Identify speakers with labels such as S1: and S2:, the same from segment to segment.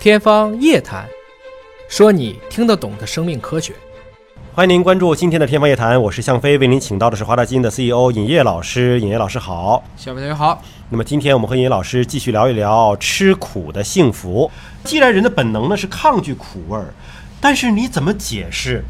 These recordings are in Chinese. S1: 天方夜谭，说你听得懂的生命科学。
S2: 欢迎您关注今天的《天方夜谭》，我是向飞，为您请到的是华大基因的 CEO 尹烨老师。尹烨老师好。
S1: 小朋友好，
S2: 那么今天我们和尹烨老师继续聊一聊吃苦的幸福。既然人的本能呢是抗拒苦味儿，但是你怎么解释，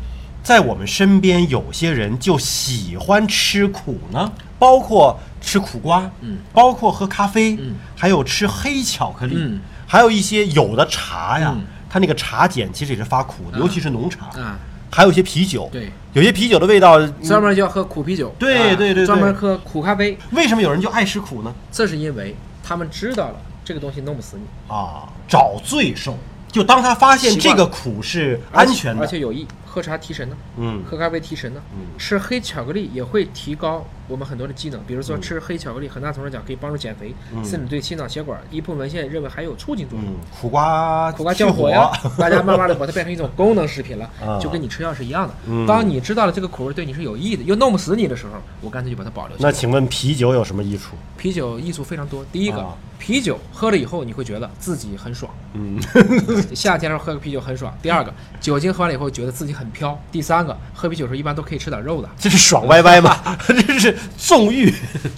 S2: 在我们身边有些人就喜欢吃苦呢？包括吃苦瓜，嗯，包括喝咖啡，嗯，还有吃黑巧克力，
S1: 嗯，
S2: 还有一些有的茶呀，
S1: 嗯
S2: 它那个茶碱其实也是发苦的，尤其是浓茶，
S1: 啊
S2: 还有一些啤酒，
S1: 对，
S2: 有些啤酒的味道，
S1: 专门就要喝苦啤酒，
S2: 嗯对
S1: 啊
S2: 对对对
S1: 专门喝苦咖啡，
S2: 为什么有人就爱吃苦呢？
S1: 这是因为他们知道了这个东西弄不死你，
S2: 啊，找罪受。就当他发现
S1: 习
S2: 这
S1: 惯
S2: 个苦是
S1: 而
S2: 安
S1: 且
S2: 全
S1: 而
S2: 的，
S1: 且有益。喝茶提神呢，
S2: 嗯
S1: 喝咖啡提神呢，
S2: 嗯
S1: 吃黑巧克力也会提高我们很多的机能，比如
S2: 嗯
S1: 说吃黑巧克力，很大程度上讲可以帮助减肥，甚至对心脑血管，一部分文献认为还有促进作用。
S2: 嗯，苦瓜
S1: 苦瓜
S2: 去
S1: 降火呀，大家慢慢的把它变成一种功能食品了
S2: 啊，
S1: 就跟你吃药是一样的
S2: 嗯。
S1: 当你知道了这个苦味对你是有益的，又弄不死你的时候，我干脆就把它保留下来。
S2: 那请问啤酒有什 么益处？
S1: 啤酒益处非常多。第一个
S2: 啊，
S1: 啤酒喝了以后你会觉得自己很爽，
S2: 嗯，
S1: 夏天的时候喝个啤酒很爽。第二个，酒精喝完了以后觉得自己很飘。第三个，喝啤酒的时候一般都可以吃点肉的。
S2: 这是爽歪歪嘛， 这是纵欲。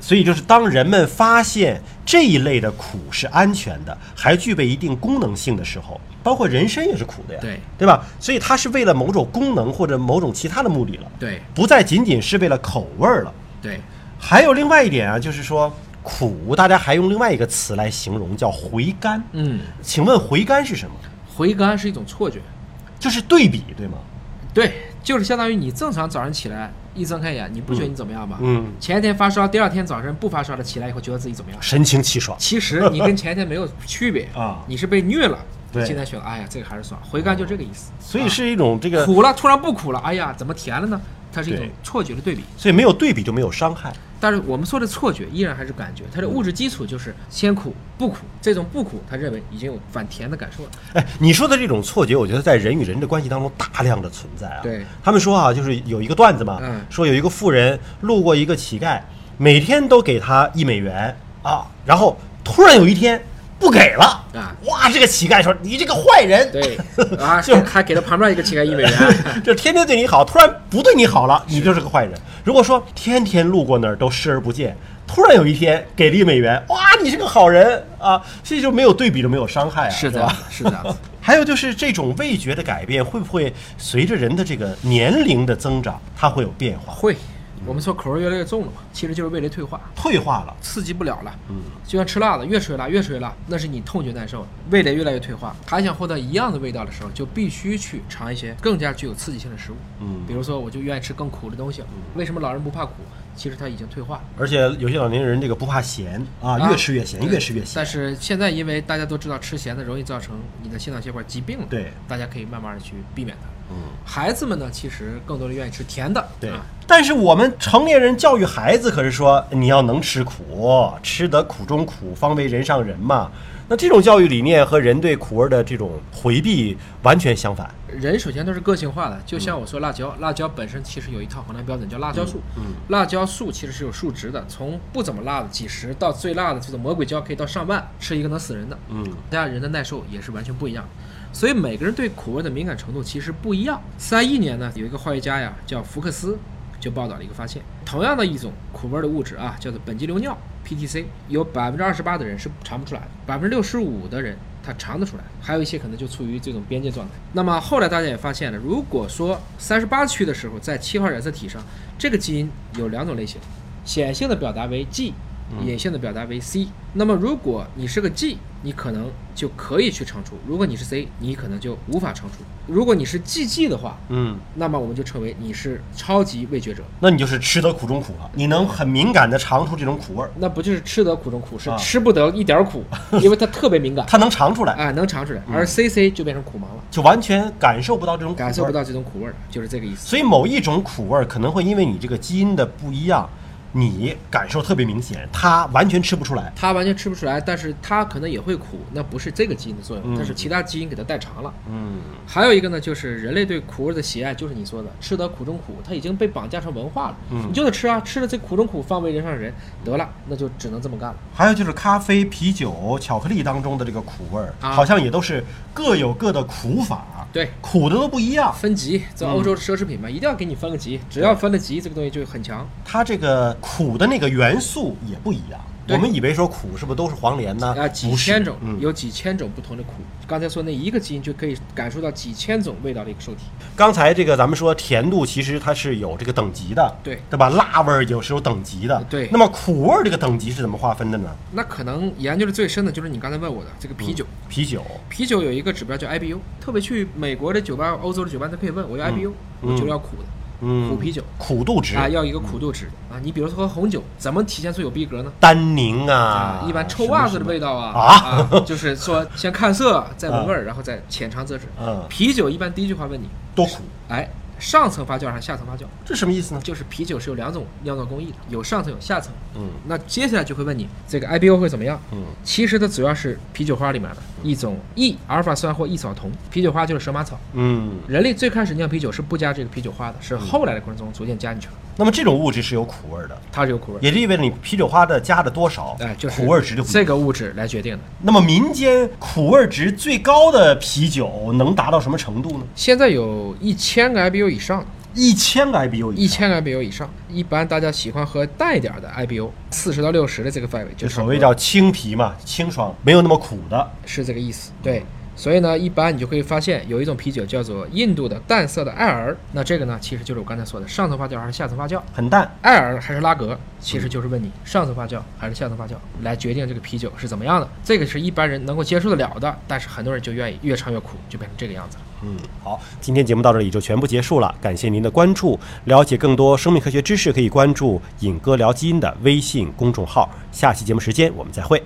S2: 所以就是当人们发现这一类的苦是安全的，还具备一定功能性的时候，包括人参也是苦的呀，
S1: 对
S2: 对吧？所以它是为了某种功能或者某种其他的目的了，
S1: 对
S2: 不再仅仅是为了口味儿了。
S1: 对，
S2: 还有另外一点啊，就是说苦，大家还用另外一个词来形容，叫回甘。
S1: 嗯，
S2: 请问回甘是什么？
S1: 回甘是一种错觉，
S2: 就是对比，对吗？
S1: 对，就是相当于你正常早上起来一睁开眼，你不觉得你怎么样吧？
S2: 嗯，
S1: 前一天发烧，第二天早晨不发烧了，起来以后觉得自己怎么样？
S2: 神清气爽。
S1: 其实你跟前一天没有区别
S2: 啊
S1: 你是被虐了。
S2: 对
S1: 今天选了，哎呀，这个还是爽，回甘就这个意思。
S2: 所以是一种这个，
S1: 啊苦了，突然不苦了，哎呀，怎么甜了呢？它是一种
S2: 对
S1: 错觉的对比。
S2: 所以没有对比就没有伤害。
S1: 但是我们说的错觉依然还是感觉，它的物质基础就是先苦不苦，这种不苦，他认为已经有反甜的感受了。
S2: 哎，你说的这种错觉，我觉得在人与人的关系当中大量的存在啊。
S1: 对，
S2: 他们说啊，就是有一个段子嘛，
S1: 嗯
S2: 说有一个富人路过一个乞丐，每天都给他一美元啊，然后突然有一天不给了
S1: 啊
S2: 哇，这个乞丐说你这个坏人，
S1: 对 啊，
S2: 就是
S1: 还给了旁边一个乞丐一美元。
S2: 这天天对你好，突然不对你好了，你就是个坏人。如果说天天路过那儿都视而不见，突然有一天给了一美元，哇，你是个好人啊！所以就没有对比就没有伤害 啊，
S1: 是
S2: 是
S1: 的
S2: 吧？，
S1: 是的，
S2: 还有就是这种味觉的改变，会不会随着人的这个年龄的增长，它会有变化？
S1: 会。我们说口味越来越重了嘛，其实就是味蕾退化，
S2: 退化了，
S1: 刺激不了了。嗯，就像吃辣的，越吃越辣，越吃越辣，那是你痛觉难受了，味蕾越来越退化。还想获得一样的味道的时候，就必须去尝一些更加具有刺激性的食物。
S2: 嗯
S1: 比如说，我就愿意吃更苦的东西。为什么老人不怕苦？其实他已经退化了。
S2: 而且有些老年人这个不怕咸啊，越吃越咸，越吃越咸
S1: 但。是现在因为大家都知道吃咸的容易造成你的心脑血管疾病了，
S2: 对，
S1: 大家可以慢慢的去避免它。
S2: 嗯，
S1: 孩子们呢，其实更多的愿意吃甜的，
S2: 对
S1: 啊，
S2: 但是我们成年人教育孩子，可是说你要能吃苦，吃得苦中苦，方为人上人嘛。那这种教育理念和人对苦味儿的这种回避完全相反。
S1: 人首先都是个性
S2: 嗯
S1: 化的，就像我说辣椒，辣椒本身其实有一套衡量标准，叫辣椒素。
S2: 嗯
S1: 辣椒素其实是有数值的，从不怎么辣的几十到最辣的这种魔鬼椒可以到上万，吃一个能死人的。
S2: 嗯，
S1: 大家人的耐受也是完全不一样。所以每个人对苦味的敏感程度其实不一样。三一年呢，有一个化学家呀叫福克斯，就报道了一个发现，同样的一种苦味的物质啊，叫做苯基硫脲 （PTC），有百分之二十八的人是尝不出来，百分之六十五的人他尝得出来，还有一些可能就处于这种边界状态。那么后来大家也发现了，如果说三十八区的时候，在七号染色体上，这个基因有两种类型，显性的表达为 G，隐
S2: 嗯
S1: 性的表达为 C。那么如果你是个 G，你可能就可以去乘除；如果你是 C，你可能就无法乘除。如果你是 GG 的话，
S2: 嗯，
S1: 那么我们就称为你是超级味觉者。
S2: 那你就是吃得苦中苦了，你能很敏感地尝出这种苦味儿，
S1: 那不就是吃得苦中苦，是
S2: 啊
S1: 吃不得一点儿 苦，因为它特别敏感，
S2: 它嗯能尝出来，
S1: 啊，能尝出来。而 CC 就变成苦盲了，
S2: 就完全感受不到这种苦味儿嗯
S1: 感受不。到这种苦味儿了，就是这个意思。
S2: 所以某一种苦味儿可能会因为你这个基因的不一样，你感受特别明显，他完全吃不出来。
S1: 它完全吃不出来，但是它可能也会苦，那不是这个基因的作用，
S2: 嗯
S1: 但是其他基因给它代偿了。
S2: 嗯
S1: 还有一个呢，就是人类对苦味的喜爱，就是你说的“吃得苦中苦”，它已经被绑架成文化了。
S2: 嗯
S1: 你就得吃啊，吃了这苦中苦，方为人上人。得了，那就只能这么干了。
S2: 还有就是咖啡、啤酒、巧克力当中的这个苦味儿，
S1: 啊
S2: 好像也都是各有各的苦法，
S1: 对，
S2: 苦的都不一样。
S1: 分级，在欧洲奢侈品嘛，一定要给你分个级，只要分了级，这个东西就很强。
S2: 它这个苦的那个元素也不一样。
S1: 对
S2: 我们以为说苦是不是都是黄连呢？
S1: 啊，几
S2: 不是
S1: 千种，
S2: 嗯，
S1: 有几千种不同的苦。刚才说那一个基因就可以感受到几千种味道的一个受体。
S2: 刚才这个咱们说甜度其实它是有这个等级的，
S1: 对
S2: 对吧？辣味儿有是有等级的，
S1: 对
S2: 那么苦味儿这个等级是怎么划分的呢？
S1: 那可能研究的最深的就是你刚才问我的这个啤酒。
S2: 啤酒，
S1: 啤酒有一个指标叫 IBU，特别去美国的酒吧、欧洲的酒吧，他可以问我要 IBU，、
S2: 嗯
S1: 我酒要苦的。
S2: 嗯，
S1: 苦啤酒
S2: 苦度值
S1: 啊，要一个苦度值啊。你比如说喝红酒，怎么体现出有逼格呢？
S2: 单宁啊，
S1: 一般臭袜子
S2: 什
S1: 的
S2: 么
S1: 味道啊
S2: 啊
S1: 就是说先看色，再闻味儿，然后再浅尝辄止。
S2: 嗯
S1: 啤酒一般第一句话问你，
S2: 多苦，
S1: 哎，上层发酵还是下层发酵？
S2: 这什么意思呢？
S1: 就是啤酒是有两种酿造工艺的，有上层有下层。
S2: 嗯
S1: 那接下来就会问你这个 IBO 会怎么样？
S2: 嗯
S1: 其实它主要是啤酒花里面的一种 E 阿尔法酸或异草酮，啤酒花就是蛇麻草。
S2: 嗯，
S1: 人类最开始酿啤酒是不加这个啤酒花的，是后来的过程中逐渐加进去了，
S2: 那么这种物质是有苦味儿的，
S1: 它是有苦味儿。
S2: 也就意味着你啤酒花的加的多少，
S1: 哎，就是
S2: 苦味儿值就不一样。
S1: 这个物质来决定的。
S2: 那么民间苦味儿值最高的啤酒能达到什么程度呢？
S1: 现在有一千个 IBU 以上的，
S2: 一千个 IBU 以
S1: 一
S2: 上，
S1: 千个 IBU 以上，一般大家喜欢喝淡一点的 IBU，四十到六十的这个范围，就
S2: 就所谓
S1: 差不
S2: 叫清啤嘛，清爽，没有那么苦的。
S1: 多是这个意思。对，所以呢，一般你就会发现有一种啤酒叫做印度的淡色的艾尔，那这个呢，其实就是我刚才说的上层发酵还是下层发酵。
S2: 很淡，
S1: 艾尔还是拉格，其
S2: 嗯
S1: 实就是问你上层发酵还是下层发酵，来决定这个啤酒是怎么样的。这个是一般人能够接受得了的，但是很多人就愿意越尝越苦，就变成这个样子了。
S2: 嗯，好，今天节目到这里就全部结束了，感谢您的关注。了解更多生命科学知识，可以关注“尹哥聊基因”的微信公众号。下期节目时间我们再会。